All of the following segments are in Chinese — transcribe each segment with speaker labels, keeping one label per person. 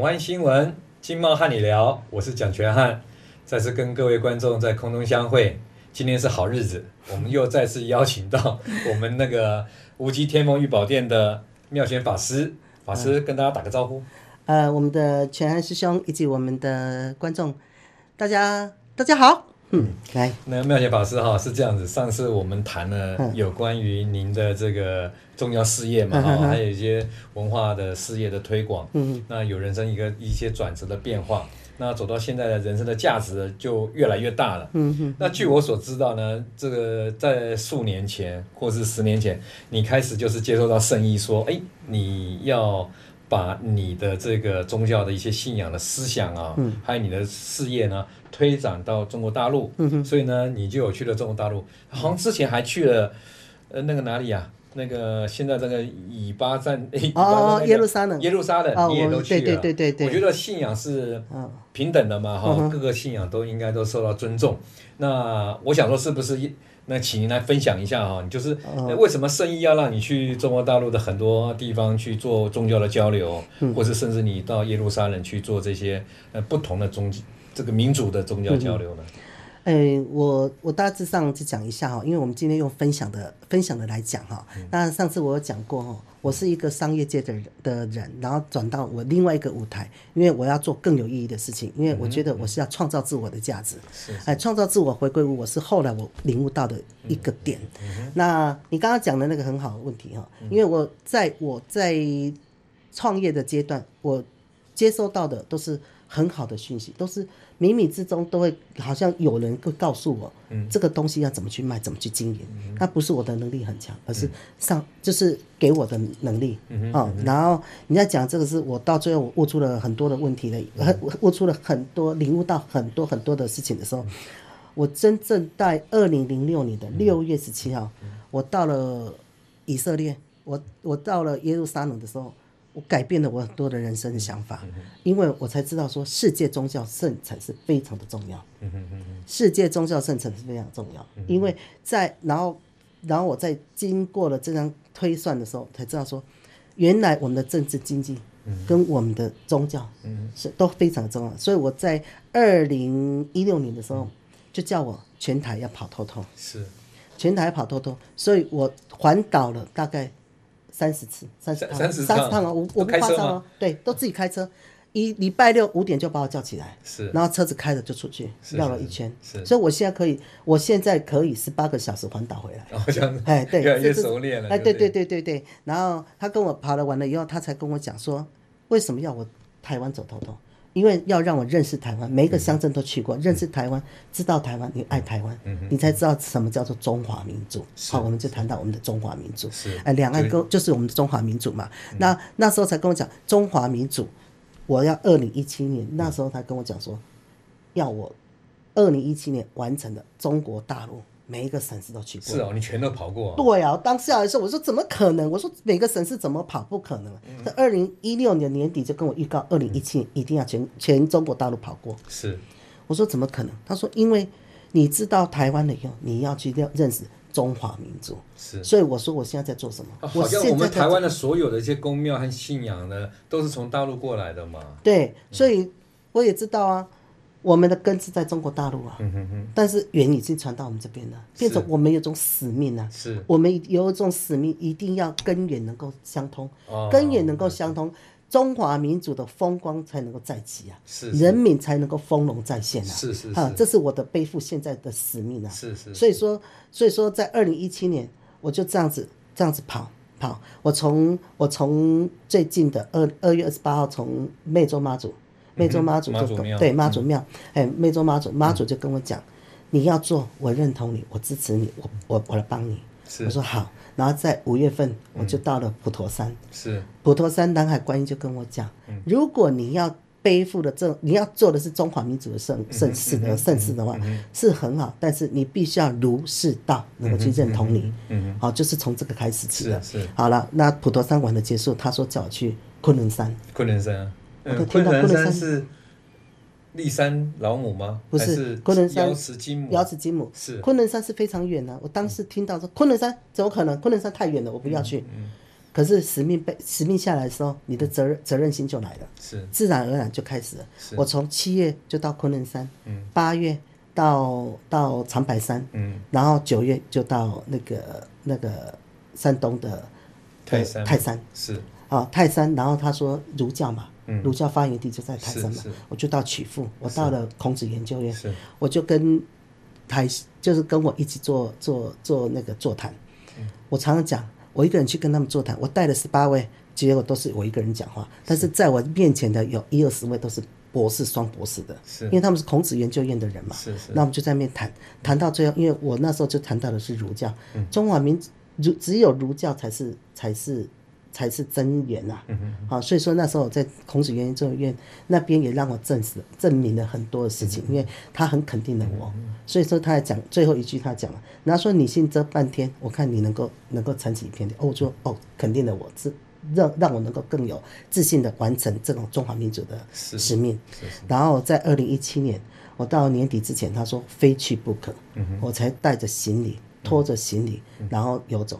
Speaker 1: 湾新闻，经贸和你聊，我是蒋全汉，再次跟各位观众在空中相会。今天是好日子，我们又再次邀请到 我们那个无极天盟玉宝殿的妙玄法师，法师跟大家打个招呼。
Speaker 2: 呃，我们的全安师兄以及我们的观众，大家大家好，嗯，来，
Speaker 1: 那妙贤法师哈是这样子，上次我们谈了有关于您的这个重要事业嘛，
Speaker 2: 嗯
Speaker 1: 哈、
Speaker 2: 嗯嗯
Speaker 1: 还有一些文化的事业的推广，嗯，那有人生一个一些转折的变化，那走到现在的人生的价值就越来越大了，嗯哼。那据我所知道呢，这个在数年前或是十年前，你开始就是接受到圣意说，哎，你要。把你的这个宗教的一些信仰的思想啊，
Speaker 2: 嗯
Speaker 1: 还有你的事业呢，推展到中国大陆。
Speaker 2: 嗯
Speaker 1: 所以呢，你就有去了中国大陆，好像之前还去了，呃，那个哪里呀、那个现在这个以巴战，诶以巴的那
Speaker 2: 哦
Speaker 1: 个
Speaker 2: 耶路撒冷
Speaker 1: 耶路撒冷，
Speaker 2: 哦
Speaker 1: 你也
Speaker 2: 我
Speaker 1: 都去了。
Speaker 2: 对对对对对
Speaker 1: 我觉得信仰是
Speaker 2: 嗯
Speaker 1: 平等的嘛，哈、各个信仰都应该都受到尊重。那我想说，是不是一？那请您来分享一下哈，你就是、
Speaker 2: 嗯
Speaker 1: 呃为什么圣意要让你去中国大陆的很多地方去做宗教的交流，
Speaker 2: 嗯
Speaker 1: 或是甚至你到耶路撒冷去做这些呃不同的宗这个民族的宗教交流呢？
Speaker 2: 哎，我我大致上就讲一下哈，因为我们今天用分享的分享的来讲哈。那上次我有讲过哈，我是一个商业界的人的人，然后转到我另外一个舞台，因为我要做更有意义的事情，因为我觉得我是要创造自我的价值。哎，创造自我回归我，我是后来我领悟到的一个点。那你刚刚讲的那个很好的问题哈，因为我在我在创业的阶段，我接收到的都是很好的讯息，都是冥冥之中都会好像有人会告诉我，这个东西要怎么去卖，怎么去经营。那不是我的能力很强，而是上就是给我的能力哦。然后你要讲这个是我到最后我悟出了很多的问题的，很悟出了很多领悟到很多很多的事情的时候，我真正在二零零六年的六月十七号，我到了以色列，我我到了耶路撒冷的时候，我改变了我很多的人生的想法，因为我才知道说世界宗教圣城是非常的重要，世界宗教圣城是非常重要，因为在然后然后我在经过了这张推算的时候，才知道说，原来我们的政治经济跟我们的宗教是都非常重要，所以我在二零一六年的时候就叫我全台要跑透透。
Speaker 1: 是
Speaker 2: 全台跑透透，所以我环岛了大概三十次，三十趟，
Speaker 1: 三30
Speaker 2: 三
Speaker 1: 趟
Speaker 2: 十趟哦，我我
Speaker 1: 都
Speaker 2: 不
Speaker 1: 开
Speaker 2: 夸
Speaker 1: 车
Speaker 2: 张
Speaker 1: 吗
Speaker 2: 哦，对，都自己开车。一礼拜六五点就把我叫起来，
Speaker 1: 是
Speaker 2: 然后车子开着就出去
Speaker 1: 是
Speaker 2: 绕了
Speaker 1: 是
Speaker 2: 一圈，
Speaker 1: 是
Speaker 2: 所以我现在可以，我现在可以十八个小时环岛回来。
Speaker 1: 然后哦这样子，
Speaker 2: 哎，对，
Speaker 1: 越来
Speaker 2: 这
Speaker 1: 越
Speaker 2: 就是
Speaker 1: 熟练了。
Speaker 2: 哎，对
Speaker 1: 不
Speaker 2: 对，对对对。然后他跟我跑了完了以后，他才跟我讲说，为什么要我台湾走透透？因为要让我认识台湾，每一
Speaker 1: 嗯
Speaker 2: 个乡镇都去过，认识台湾，知道台湾，你爱台湾，
Speaker 1: 嗯
Speaker 2: 你才知道什么叫做中华民族。好，我们就谈到我们的中华民族
Speaker 1: 是，嗯
Speaker 2: 哎，两岸沟就是我们的中华民族嘛。那那时候才跟我讲中华民族，我要二零一七年，那时候他跟我讲说，要我二零一七年完成的中国大陆每一个省市都去过。
Speaker 1: 是哦，你全都跑过、啊。
Speaker 2: 对啊，当下的时候我说怎么可能？我说每个省市怎么跑？不可能。啊
Speaker 1: 嗯
Speaker 2: 在二零一六年年底就跟我预告，二零一七年一定要全全中国大陆跑过。
Speaker 1: 是
Speaker 2: 我说怎么可能？他说因为你知道台湾了以后，你要去认认识中华民族。
Speaker 1: 是、
Speaker 2: 所以我说我现在在做什么
Speaker 1: 啊，？好
Speaker 2: 我
Speaker 1: 像
Speaker 2: 现在
Speaker 1: 我们
Speaker 2: 在
Speaker 1: 台
Speaker 2: 做
Speaker 1: 湾的所有的一些宫庙和信仰呢，都是从大陆过来的嘛。
Speaker 2: 对，所以我也知道啊，我们的根是在中国大陆啊，
Speaker 1: 嗯
Speaker 2: 但是缘已经传到我们这边了，变成我们有一种使命啊，
Speaker 1: 是
Speaker 2: 我们有一种使命，一定要根源能够相通，
Speaker 1: 哦
Speaker 2: 根源能够相通，中华民族的风光才能够再起啊，
Speaker 1: 是
Speaker 2: 人民才能够丰容再现啊，
Speaker 1: 是是
Speaker 2: 啊
Speaker 1: 是，
Speaker 2: 这是我的背负现在的使命啊，
Speaker 1: 是是
Speaker 2: 所以说，所以说在二零一七年，我就这样子这样子跑跑。我从我从最近的二二月二十八号从湄洲妈祖，湄洲妈祖
Speaker 1: 嗯妈
Speaker 2: 就
Speaker 1: 祖
Speaker 2: 跟、
Speaker 1: 庙嗯
Speaker 2: 对妈祖庙，哎、湄洲妈祖妈祖就跟我讲，你要做，我认同你，我支持你，我我我来帮你。
Speaker 1: 是
Speaker 2: 我说好，然后在五月份我就到了普陀山。
Speaker 1: 是
Speaker 2: 普陀山南海观音就跟我讲，
Speaker 1: 嗯
Speaker 2: 如果你要背负的这，你要做的是中华民族的
Speaker 1: 嗯
Speaker 2: 盛盛世的盛世的话，是很好，但是你必须要儒释道能够去认同你，
Speaker 1: 嗯
Speaker 2: 好，就是从这个开始起
Speaker 1: 是
Speaker 2: 的。
Speaker 1: 是，啊
Speaker 2: 好了，那普陀山玩的结束，他说叫我去昆仑山，
Speaker 1: 昆仑山啊。
Speaker 2: 我都
Speaker 1: 嗯，
Speaker 2: 听
Speaker 1: 昆
Speaker 2: 到
Speaker 1: 仑
Speaker 2: 昆仑
Speaker 1: 山
Speaker 2: 山
Speaker 1: 是骊山老母吗？
Speaker 2: 不
Speaker 1: 还
Speaker 2: 是
Speaker 1: 是
Speaker 2: 昆仑山
Speaker 1: 瑶池金母。
Speaker 2: 瑶池金母
Speaker 1: 嗯是嗯
Speaker 2: 昆仑山是非常远的、我当时听到说昆仑山怎么可能？昆仑山太远了，我不要去。可是使命被使命下来的时候，你的责任责任心就来了，
Speaker 1: 是
Speaker 2: 自然而然就开始了。
Speaker 1: 是
Speaker 2: 我从七月就到昆仑山，
Speaker 1: 嗯
Speaker 2: 八月到到长白山，
Speaker 1: 嗯，
Speaker 2: 然后九月就到那个那个山东的呃
Speaker 1: 泰山
Speaker 2: 泰山
Speaker 1: 是
Speaker 2: 啊，泰山。然后他说儒教嘛，
Speaker 1: 嗯
Speaker 2: 儒教发源地就在泰山嘛
Speaker 1: 是是，
Speaker 2: 我就到曲阜，我到了孔子研究院，
Speaker 1: 是
Speaker 2: 我就跟台就是跟我一起做做做那个座谈。
Speaker 1: 嗯
Speaker 2: 我常常讲，我一个人去跟他们座谈，我带了十八位，结果都是我一个人讲话，但是在我面前的有一二十位都是博士、双博士的，
Speaker 1: 是
Speaker 2: 因为他们是孔子研究院的人嘛。
Speaker 1: 是是
Speaker 2: 那我们就在那边谈，谈到最后，因为我那时候就谈到的是儒教，
Speaker 1: 嗯
Speaker 2: 中华民儒只有儒教才是才是才是真源呐、啊。
Speaker 1: 嗯
Speaker 2: 好、所以说那时候我在孔子研究院那边也让我证实证明了很多的事
Speaker 1: 嗯
Speaker 2: 情，因为他很肯定了我，所以说他还讲最后一句他讲了，然后说你信这半天，我看你能够能够撑起一片天。哦，我说哦，肯定了我这。让让我能够更有自信的完成这种中华民族的
Speaker 1: 是
Speaker 2: 使命。
Speaker 1: 是是
Speaker 2: 然后在二零一七年，我到年底之前，他说非去不可，
Speaker 1: 嗯
Speaker 2: 我才带着行李，拖着行李，然后游走，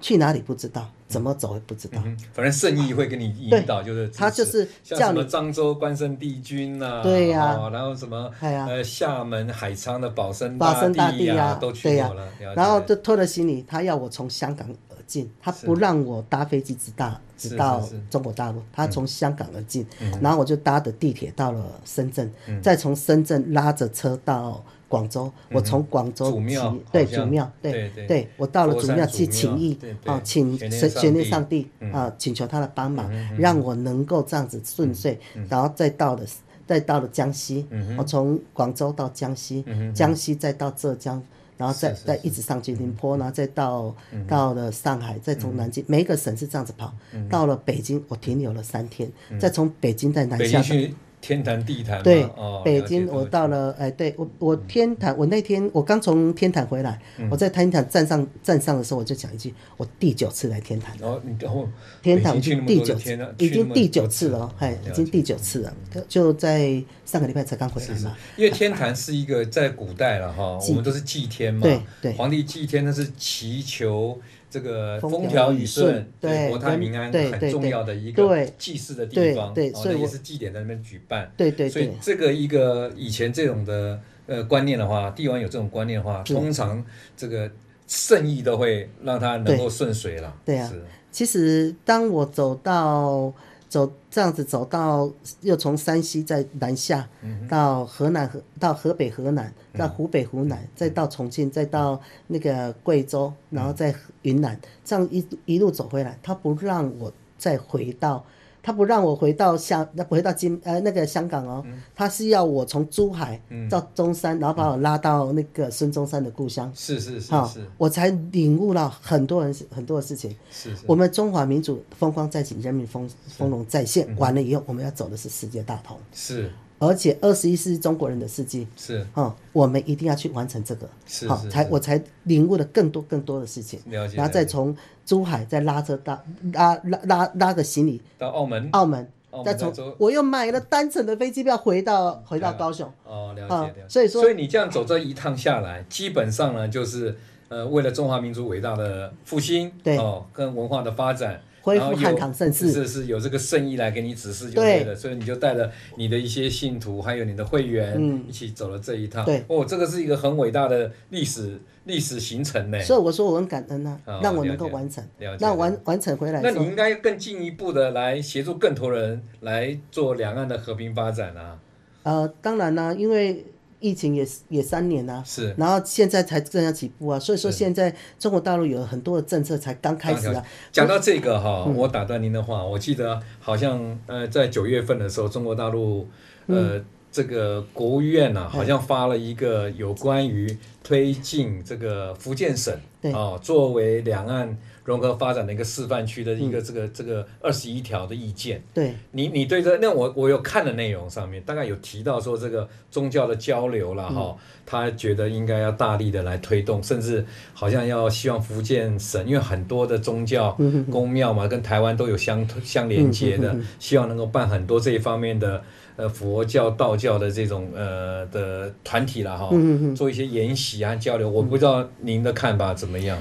Speaker 2: 去哪里不知道，怎么走也不知道。
Speaker 1: 嗯，反正圣意会给你
Speaker 2: 啊对
Speaker 1: 引导，就是支
Speaker 2: 他就
Speaker 1: 持
Speaker 2: 是
Speaker 1: 像
Speaker 2: 叫
Speaker 1: 什么
Speaker 2: 你
Speaker 1: 漳州关圣帝君呐、
Speaker 2: 对呀
Speaker 1: 哦然后什么、
Speaker 2: 哎呀
Speaker 1: 呃厦门海昌的保生
Speaker 2: 巴生大
Speaker 1: 帝啊
Speaker 2: 帝呀、
Speaker 1: 都
Speaker 2: 对
Speaker 1: 去
Speaker 2: 呀
Speaker 1: 过了，了解
Speaker 2: 然后就拖着行李，他要我从香港而进，他不让我搭飞机直达
Speaker 1: 是
Speaker 2: 直到
Speaker 1: 是嗯是
Speaker 2: 中国大陆，他从香港而进，然后我就搭的地铁到了深圳，
Speaker 1: 嗯
Speaker 2: 再从深圳拉着车到广州，我从广州
Speaker 1: 祖嗯庙
Speaker 2: 骑
Speaker 1: 好
Speaker 2: 对
Speaker 1: 像
Speaker 2: 祖庙，
Speaker 1: 对对
Speaker 2: 对我到了
Speaker 1: 佛
Speaker 2: 祖
Speaker 1: 山
Speaker 2: 庙
Speaker 1: 祖
Speaker 2: 去
Speaker 1: 庙
Speaker 2: 请意
Speaker 1: 对对
Speaker 2: 啊，请
Speaker 1: 玄天
Speaker 2: 神
Speaker 1: 上
Speaker 2: 玄天
Speaker 1: 帝
Speaker 2: 上帝啊，请求他的帮
Speaker 1: 嗯
Speaker 2: 忙，让我能够这样子顺遂，然后再到了。再到了江西，
Speaker 1: 嗯
Speaker 2: 我从广州到江西，江西再到浙江，然后再
Speaker 1: 是是嗯
Speaker 2: 再一直上去宁波，然后再到到了上海，再从南京，每一个省是这样子跑。
Speaker 1: 嗯
Speaker 2: 到了北京，我停留了三天，再从北京再南
Speaker 1: 北
Speaker 2: 下
Speaker 1: 京。去天坛地坛嘛，
Speaker 2: 对
Speaker 1: 哦，、了
Speaker 2: 北
Speaker 1: 解
Speaker 2: 京
Speaker 1: 都
Speaker 2: 我
Speaker 1: 去
Speaker 2: 到了，哎，对我我天坛，我那天我刚从天坛回来，
Speaker 1: 嗯
Speaker 2: 我在天坛站上站上的时候，我就讲一句，我第九次来天坛了。
Speaker 1: 然后哦你然后
Speaker 2: 天堂
Speaker 1: 北
Speaker 2: 已
Speaker 1: 京去那
Speaker 2: 经
Speaker 1: 么
Speaker 2: 第
Speaker 1: 多
Speaker 2: 九
Speaker 1: 的
Speaker 2: 次
Speaker 1: 天啊，
Speaker 2: 已
Speaker 1: 去那
Speaker 2: 经
Speaker 1: 么
Speaker 2: 第九
Speaker 1: 多
Speaker 2: 次了哦，哎，已经
Speaker 1: 了解
Speaker 2: 第九次了，就在上个礼拜才刚回来嘛。
Speaker 1: 因为天
Speaker 2: 哎
Speaker 1: 坛是一个在古代了哈，我们都是祭天嘛，
Speaker 2: 对对
Speaker 1: 皇帝祭天那是祈求这个
Speaker 2: 风
Speaker 1: 风
Speaker 2: 调
Speaker 1: 调
Speaker 2: 雨
Speaker 1: 雨
Speaker 2: 顺
Speaker 1: 顺，
Speaker 2: 对
Speaker 1: 国泰
Speaker 2: 人
Speaker 1: 民安
Speaker 2: 对
Speaker 1: 很
Speaker 2: 对
Speaker 1: 重
Speaker 2: 对
Speaker 1: 要的一个
Speaker 2: 对
Speaker 1: 祭祀的地
Speaker 2: 对
Speaker 1: 方，
Speaker 2: 对
Speaker 1: 哦
Speaker 2: 所以
Speaker 1: 那也
Speaker 2: 我
Speaker 1: 是祭典在那边举办，
Speaker 2: 对对
Speaker 1: 所以
Speaker 2: 对，
Speaker 1: 这个一个以前这种的呃观念的话，帝王有这种观念的话，通常这个圣意都会让它能够顺水了，
Speaker 2: 对啊
Speaker 1: 是
Speaker 2: 其实当我走到走这样子走到，又从山西再南下，
Speaker 1: 嗯
Speaker 2: 到河南河到河北河南，到湖北湖
Speaker 1: 嗯
Speaker 2: 南，再到重庆，再到那个贵州，然后再云南，这样一一路走回来，他不让我再回到。他不让我回到香，那回到金呃那个香港
Speaker 1: 嗯
Speaker 2: 哦，他是要我从珠海到中山，然后把我拉到那个孙中山的故乡，
Speaker 1: 是是是
Speaker 2: 好、
Speaker 1: 是
Speaker 2: 我才领悟到很多人很多的事情。
Speaker 1: 是是，
Speaker 2: 我们中华民族风光再起，人民风丰容再现。
Speaker 1: 嗯
Speaker 2: 完了以后，我们要走的是世界大同，
Speaker 1: 是
Speaker 2: 而且二十一世纪中国人的世纪，
Speaker 1: 是
Speaker 2: 哦，我们一定要去完成这个，
Speaker 1: 是
Speaker 2: 好、
Speaker 1: 是
Speaker 2: 才
Speaker 1: 是
Speaker 2: 我才领悟了更多更多的事情，
Speaker 1: 了解
Speaker 2: 然后再
Speaker 1: 了解
Speaker 2: 从珠海再拉车到拉拉拉拉个行李，
Speaker 1: 到澳门
Speaker 2: 澳门
Speaker 1: 澳，门
Speaker 2: 再
Speaker 1: 再
Speaker 2: 从
Speaker 1: 坐
Speaker 2: 我又买了单程的飞机票回到回到
Speaker 1: 对啊
Speaker 2: 高雄，
Speaker 1: 哦，了
Speaker 2: 啊
Speaker 1: 解了解。
Speaker 2: 所以说
Speaker 1: 所以你这样走这一趟下来，基本上呢，就是呃，为了中华民族伟大的复兴，
Speaker 2: 对
Speaker 1: 哦，跟文化的发展。
Speaker 2: 恢复
Speaker 1: 然后有
Speaker 2: 汉唐盛世
Speaker 1: 是是有这个圣意来给你指示就对了，所以你就带了你的一些信徒，还有你的会员，一起走了这一趟。
Speaker 2: 嗯对
Speaker 1: 哦，这个是一个很伟大的历史历史行程呢。
Speaker 2: 所以我说我很感恩啊，
Speaker 1: 哦
Speaker 2: 让我
Speaker 1: 了
Speaker 2: 能够
Speaker 1: 解
Speaker 2: 完成
Speaker 1: 了解，
Speaker 2: 那
Speaker 1: 了
Speaker 2: 完完成回来
Speaker 1: 那
Speaker 2: 的时
Speaker 1: 你
Speaker 2: 候，
Speaker 1: 应该更进一步的来协助更多人来做两岸的和平发展啊。
Speaker 2: 呃，当然啦、因为疫情也也三年啊啦、
Speaker 1: 是
Speaker 2: 然后现在才正要起步啊，所以说现在中国大陆有很多的政策才刚开始
Speaker 1: 刚
Speaker 2: 啊嗯
Speaker 1: 开，讲到这个哈，我打断您的话，我记得好像呃，在九月份的时候，中国大陆
Speaker 2: 嗯
Speaker 1: 呃、这个国务院呢、好像发了一个有关于推进这个福建省
Speaker 2: 对
Speaker 1: 啊、作为两岸融合发展的一个示范区的一个
Speaker 2: 嗯
Speaker 1: 这个、这个二十一条的意见。
Speaker 2: 对
Speaker 1: 你你对这那我我有看的内容上面，大概有提到说这个宗教的交流
Speaker 2: 嗯
Speaker 1: 了哈、他觉得应该要大力的来推动，甚至好像要希望福建省，因为很多的宗教
Speaker 2: 嗯
Speaker 1: 宫庙嘛，跟台湾都有相相连接的，希望能够办很多这一方面的呃佛教、道教的这种呃的
Speaker 2: 嗯
Speaker 1: 团体了哈、做一些研习啊交流。我不知道您的看法怎么样？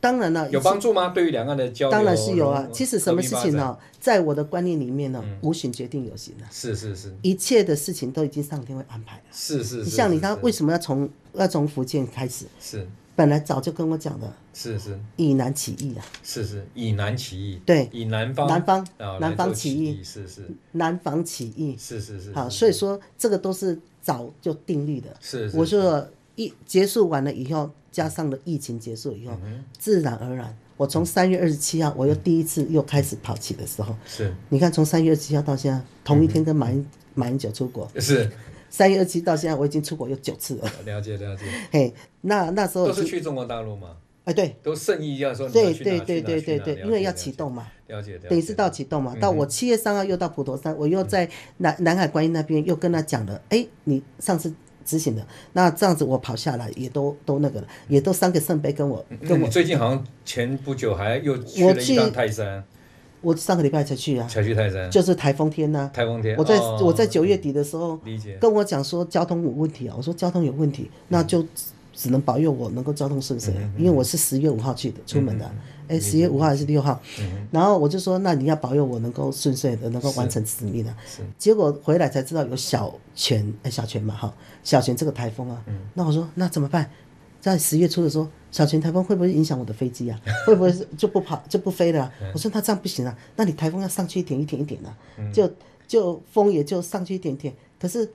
Speaker 2: 当然了，
Speaker 1: 有帮助吗？对于两岸的交流，
Speaker 2: 当然是有啊
Speaker 1: 融。
Speaker 2: 其实什么事情？哦
Speaker 1: 和平
Speaker 2: 呢、
Speaker 1: 发展
Speaker 2: 在我的观念里面呢、无形决定有形啊，
Speaker 1: 是是是
Speaker 2: 一切的事情都已经上天会安排了。
Speaker 1: 是是，
Speaker 2: 你
Speaker 1: 是
Speaker 2: 像你，
Speaker 1: 是
Speaker 2: 他
Speaker 1: 是
Speaker 2: 为什么要从要从福建开始？
Speaker 1: 是
Speaker 2: 本来早就跟我讲的
Speaker 1: 是是
Speaker 2: 以南起义啊，
Speaker 1: 是是以南起义，
Speaker 2: 对
Speaker 1: 以南方
Speaker 2: 南方
Speaker 1: 啊
Speaker 2: 南方
Speaker 1: 来做
Speaker 2: 起
Speaker 1: 起
Speaker 2: 义，
Speaker 1: 是是
Speaker 2: 南防起义。
Speaker 1: 是是是，
Speaker 2: 好，
Speaker 1: 是
Speaker 2: 所以说这个都是早就定律的。
Speaker 1: 是是
Speaker 2: 我说疫结束完了以后，加上了疫情结束以后，
Speaker 1: 嗯
Speaker 2: 自然而然，我从三月二十七号，我又第一次又开始跑起的时候，
Speaker 1: 是
Speaker 2: 你看从三月二十七号到现在，同一天跟
Speaker 1: 嗯
Speaker 2: 马英、马英九出国，
Speaker 1: 是
Speaker 2: 三月二十七到现在我已经出国有九次了。
Speaker 1: 了解了解，
Speaker 2: 嘿，那那时候
Speaker 1: 都
Speaker 2: 已
Speaker 1: 是
Speaker 2: 经
Speaker 1: 去中国大陆吗？
Speaker 2: 哎对
Speaker 1: 都圣意要说你要
Speaker 2: 哦对
Speaker 1: 去哪去
Speaker 2: 对对
Speaker 1: 哪
Speaker 2: 对
Speaker 1: 去
Speaker 2: 对
Speaker 1: 哪
Speaker 2: 对，
Speaker 1: 了
Speaker 2: 因为
Speaker 1: 解
Speaker 2: 要
Speaker 1: 了
Speaker 2: 启
Speaker 1: 解
Speaker 2: 动嘛。
Speaker 1: 了解了解，嗯
Speaker 2: 等于是到启动嘛，到我七月三号又到普陀山，我又在南南海观音那边又跟他讲了，哎，你上次执行的，那这样子我跑下来也都都那个了，也都三个圣杯跟我跟
Speaker 1: 嗯
Speaker 2: 我
Speaker 1: 你，最近好像前不久还又去
Speaker 2: 我
Speaker 1: 了
Speaker 2: 去
Speaker 1: 一趟泰山，
Speaker 2: 我上个礼拜才去啊，
Speaker 1: 才去泰山，
Speaker 2: 就是台风天呐、
Speaker 1: 台风天。
Speaker 2: 我在
Speaker 1: 哦
Speaker 2: 我在九月底的时候
Speaker 1: 理解
Speaker 2: 跟我讲说交通有问题啊，我说交通有问题，那就只能保佑我能够交通顺遂啊，因为我是十月五号去的，出门的啊，哎，十月五号还是六号，然后我就说那你要保佑我能够顺遂的能够完成使命啊，结果回来才知道有小泉，哎，小泉嘛哈，小泉这个台风啊，那我说那怎么办？在十月初的时候，小泉台风会不会影响我的飞机啊？会不会是就不跑就不飞了啊、我说那这样不行啊，那你台风要上去一点一点一点啊，就就风也就上去一点点。可是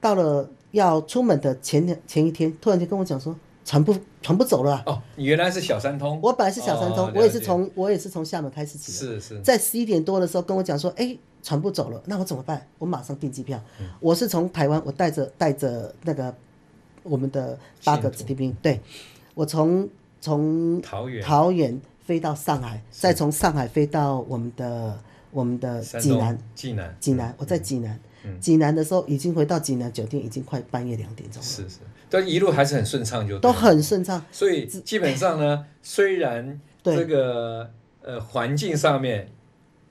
Speaker 2: 到了要出门的前两前一天，突然就跟我讲说船不船不走了啊、
Speaker 1: 哦，你原来是小三通，
Speaker 2: 我本来是小三通，
Speaker 1: 哦
Speaker 2: 我也是
Speaker 1: 了解
Speaker 2: 从我也是从厦门开始起的，
Speaker 1: 是是
Speaker 2: 在十一点多的时候跟我讲说，哎，船不走了，那我怎么办？我马上订机票。
Speaker 1: 嗯
Speaker 2: 我是从台湾，我带着带着那个我们的八个子弟兵，对我从从
Speaker 1: 桃园
Speaker 2: 桃园飞到上海，再从上海飞到我们的我们的
Speaker 1: 山
Speaker 2: 济
Speaker 1: 东
Speaker 2: 南，
Speaker 1: 济南
Speaker 2: 济南，我在济南。
Speaker 1: 嗯
Speaker 2: 济南的时候已经回到济南酒店，已经快半夜两点钟了，
Speaker 1: 是是，但一路还是很顺畅就对
Speaker 2: 都
Speaker 1: 了
Speaker 2: 很顺畅。
Speaker 1: 所以基本上呢，虽然
Speaker 2: 对
Speaker 1: 这个呃环境上面，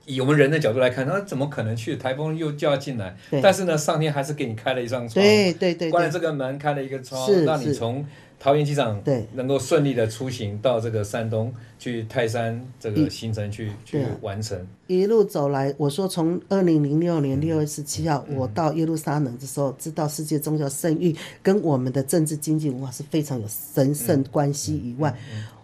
Speaker 1: 以我们人的角度来看，那怎么可能去台风又就要进来
Speaker 2: 对？
Speaker 1: 但是呢，上天还是给你开了一扇窗，
Speaker 2: 对对对
Speaker 1: 关了
Speaker 2: 对
Speaker 1: 这个门，开了一个窗
Speaker 2: 是，
Speaker 1: 让你
Speaker 2: 是
Speaker 1: 从桃园机场
Speaker 2: 对
Speaker 1: 能够顺利的出行到这个山东去泰山这个行程去
Speaker 2: 对
Speaker 1: 去
Speaker 2: 啊
Speaker 1: 完成。
Speaker 2: 一路走来，我说从二零零六年六月十七
Speaker 1: 嗯
Speaker 2: 号，我到耶路撒冷的时候，知道世界宗教圣域跟我们的政治、经济、文化是非常有神
Speaker 1: 嗯
Speaker 2: 圣关系以外，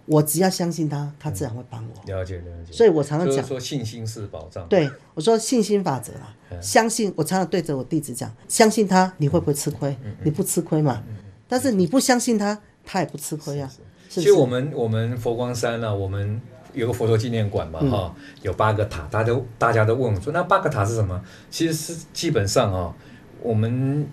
Speaker 2: 我只要相信他，他自然会帮我。
Speaker 1: 了解了解，
Speaker 2: 所以我常常
Speaker 1: 嗯就是
Speaker 2: 讲，
Speaker 1: 说信心是保障。
Speaker 2: 对我说信心法则啊，相信。我常常对着我弟子讲，相信他，你会不会吃亏？你不吃亏嘛。但是你不相信他，他也不吃亏啊，
Speaker 1: 其
Speaker 2: 是不
Speaker 1: 实
Speaker 2: 是？
Speaker 1: 我们我们佛光山呢、我们有个佛陀纪念馆
Speaker 2: 嗯
Speaker 1: 嘛，哈、有八个塔，大家都大家都问我说，那八个塔是什么？其实是基本上啊、我们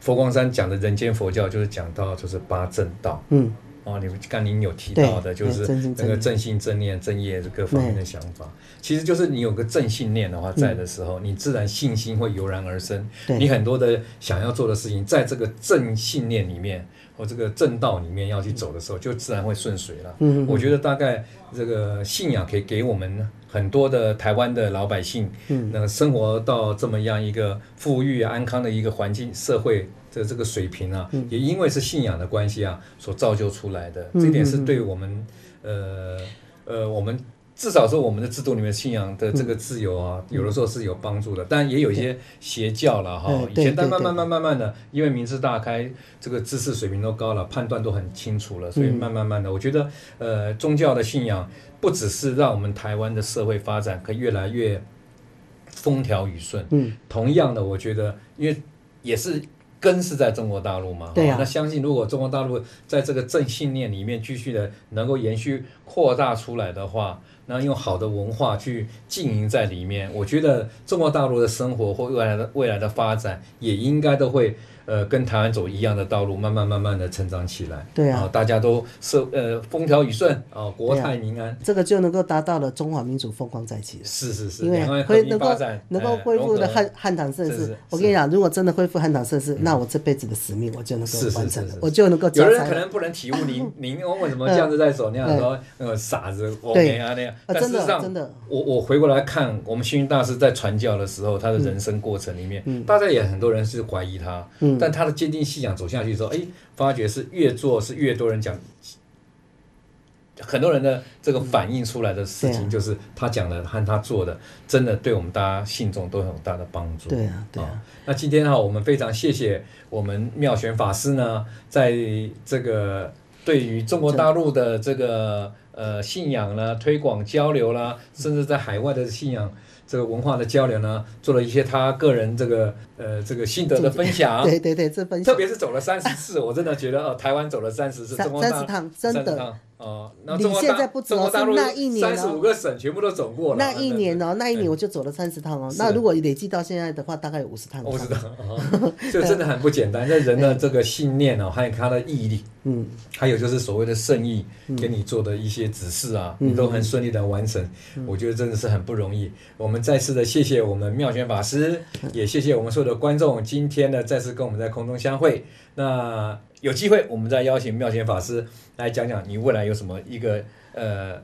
Speaker 1: 佛光山讲的人间佛教，就是讲到就是八正道。
Speaker 2: 嗯，
Speaker 1: 哦，你们刚您有提到的，
Speaker 2: 对
Speaker 1: 就是
Speaker 2: 对真心
Speaker 1: 那个正信、正念、正业这各方面的想法。其实就是你有个正信念的话在的时候，你自然信心会油然而生。
Speaker 2: 嗯对
Speaker 1: 你很多的想要做的事情，在这个正信念里面或这个正道里面要去走的时候，就自然会顺水了。
Speaker 2: 嗯嗯嗯
Speaker 1: 我觉得大概这个信仰可以给我们很多的台湾的老百姓，嗯，那生活到这么样一个富裕啊安康的一个环境社会的这个水平啊，
Speaker 2: 嗯
Speaker 1: 也因为是信仰的关系啊，所造就出来的。这一
Speaker 2: 嗯
Speaker 1: 点是对我们，呃呃，我们至少说我们的制度里面信仰的
Speaker 2: 嗯
Speaker 1: 这个自由啊，有的时候是有帮助的，但也有一些邪教了哈
Speaker 2: 对。
Speaker 1: 以
Speaker 2: 对
Speaker 1: 前但
Speaker 2: 哎对
Speaker 1: 慢
Speaker 2: 对
Speaker 1: 慢慢慢慢的，因为名字大开，这个知识水平都高了，判断都很清楚了，所以
Speaker 2: 嗯
Speaker 1: 慢慢慢的，我觉得呃，宗教的信仰不只是让我们台湾的社会发展可以越来越风调雨顺，
Speaker 2: 嗯，
Speaker 1: 同样的，我觉得因为也是。根是在中国大陆嘛，哦
Speaker 2: 对啊
Speaker 1: 那相信如果中国大陆在这个正信念里面继续的能够延续扩大出来的话，那用好的文化去经营在里面，我觉得中国大陆的生活或未来的未来的发展也应该都会呃跟台湾走一样的道路，慢慢慢慢的成长起来。哦
Speaker 2: 对啊
Speaker 1: 大家都社呃风调雨顺啊、国
Speaker 2: 对啊
Speaker 1: 泰民安。
Speaker 2: 这个就能够达到了中华民族风光再起了。
Speaker 1: 是是是，
Speaker 2: 因
Speaker 1: 两
Speaker 2: 为
Speaker 1: 岸
Speaker 2: 恢
Speaker 1: 和平
Speaker 2: 啊能够
Speaker 1: 发展哎
Speaker 2: 能够恢复的
Speaker 1: 很。
Speaker 2: 汉汉唐盛
Speaker 1: 是
Speaker 2: 世
Speaker 1: 是，嗯
Speaker 2: 我跟你讲，如果真的恢复汉唐盛世，那我这辈子的使命我就能够
Speaker 1: 是是
Speaker 2: 完
Speaker 1: 是
Speaker 2: 成了
Speaker 1: 是，，
Speaker 2: 我就能够交
Speaker 1: 有人可
Speaker 2: 差。
Speaker 1: 能不能体悟 您您哦为什么这样子在走那样说呃傻子我没啊那样，
Speaker 2: 嗯啊
Speaker 1: 但
Speaker 2: 真
Speaker 1: 事
Speaker 2: 的
Speaker 1: 实上
Speaker 2: 真的
Speaker 1: 我我回过来看我们星云大师在传教的时候他的人生过程里面，
Speaker 2: 嗯
Speaker 1: 大家也很多人是怀疑他，但他的坚定信仰走下去之后，哎，发觉是越做是越多人讲。很多人的这个反映出来的事
Speaker 2: 对啊
Speaker 1: 情，就是他讲的和他做的，真的对我们大家信众都很有大的帮助。
Speaker 2: 对啊对啊
Speaker 1: 哦那今天哈、我们非常谢谢我们妙玄法师呢，在这个对于中国大陆的这个呃信仰呢推广交流啦，甚至在海外的信仰这个文化的交流呢，做了一些他个人这个呃这个心得的分享。
Speaker 2: 对对对，这分
Speaker 1: 特
Speaker 2: 享
Speaker 1: 别是走了三十次， 我真的觉得哦，台湾走了三十次，
Speaker 2: 三
Speaker 1: 中国大
Speaker 2: 30趟真的
Speaker 1: 30趟哦。那
Speaker 2: 你
Speaker 1: 中国
Speaker 2: 现
Speaker 1: 大
Speaker 2: 在不止
Speaker 1: 中国
Speaker 2: 哦
Speaker 1: 大陆
Speaker 2: 是那一年哦
Speaker 1: 三十五个省全部都走过了，啊
Speaker 2: 那一年
Speaker 1: 呢？
Speaker 2: 哦，那一年我就走了三十趟哦。
Speaker 1: 是
Speaker 2: 那如果累计到现在的话，大概有五十 趟。
Speaker 1: 我知 道，哦所以真的很不简单。那人的这个信念哦，还有他的毅力，
Speaker 2: 嗯，
Speaker 1: 还有就是所谓的圣意给你做的一些指示啊，
Speaker 2: 嗯
Speaker 1: 你都很顺利的完成，我觉得真的是很不容易。我们再次的谢谢我们妙玄法师，
Speaker 2: 嗯
Speaker 1: 也谢谢我们所有的观众，今天呢再次跟我们在空中相会。那有机会我们再邀请妙玄法师来讲讲你未来有什么一个呃。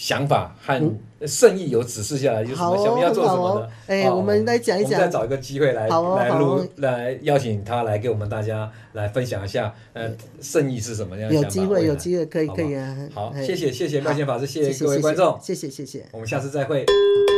Speaker 1: 想法和圣意有指示下来，有什
Speaker 2: 嗯好
Speaker 1: 么
Speaker 2: 哦
Speaker 1: 想要做什么
Speaker 2: 好
Speaker 1: 的
Speaker 2: 哦？哎
Speaker 1: 哦
Speaker 2: 我们来讲一
Speaker 1: 我们
Speaker 2: 讲
Speaker 1: 再找一个机会来
Speaker 2: 好哦
Speaker 1: 来
Speaker 2: 好
Speaker 1: 录
Speaker 2: 哦
Speaker 1: 来邀请他来给我们大家来分享一下，呃，圣意是什么样的
Speaker 2: 有
Speaker 1: 想法
Speaker 2: 机会，
Speaker 1: 未
Speaker 2: 有
Speaker 1: 来
Speaker 2: 机会可以
Speaker 1: 好
Speaker 2: 可以
Speaker 1: 吧
Speaker 2: 啊。
Speaker 1: 好，
Speaker 2: 哎
Speaker 1: 谢谢谢谢
Speaker 2: 好
Speaker 1: 妙贤法师，谢
Speaker 2: 谢
Speaker 1: 各位观众，
Speaker 2: 谢谢谢谢。
Speaker 1: 我们下次再会。
Speaker 2: 谢谢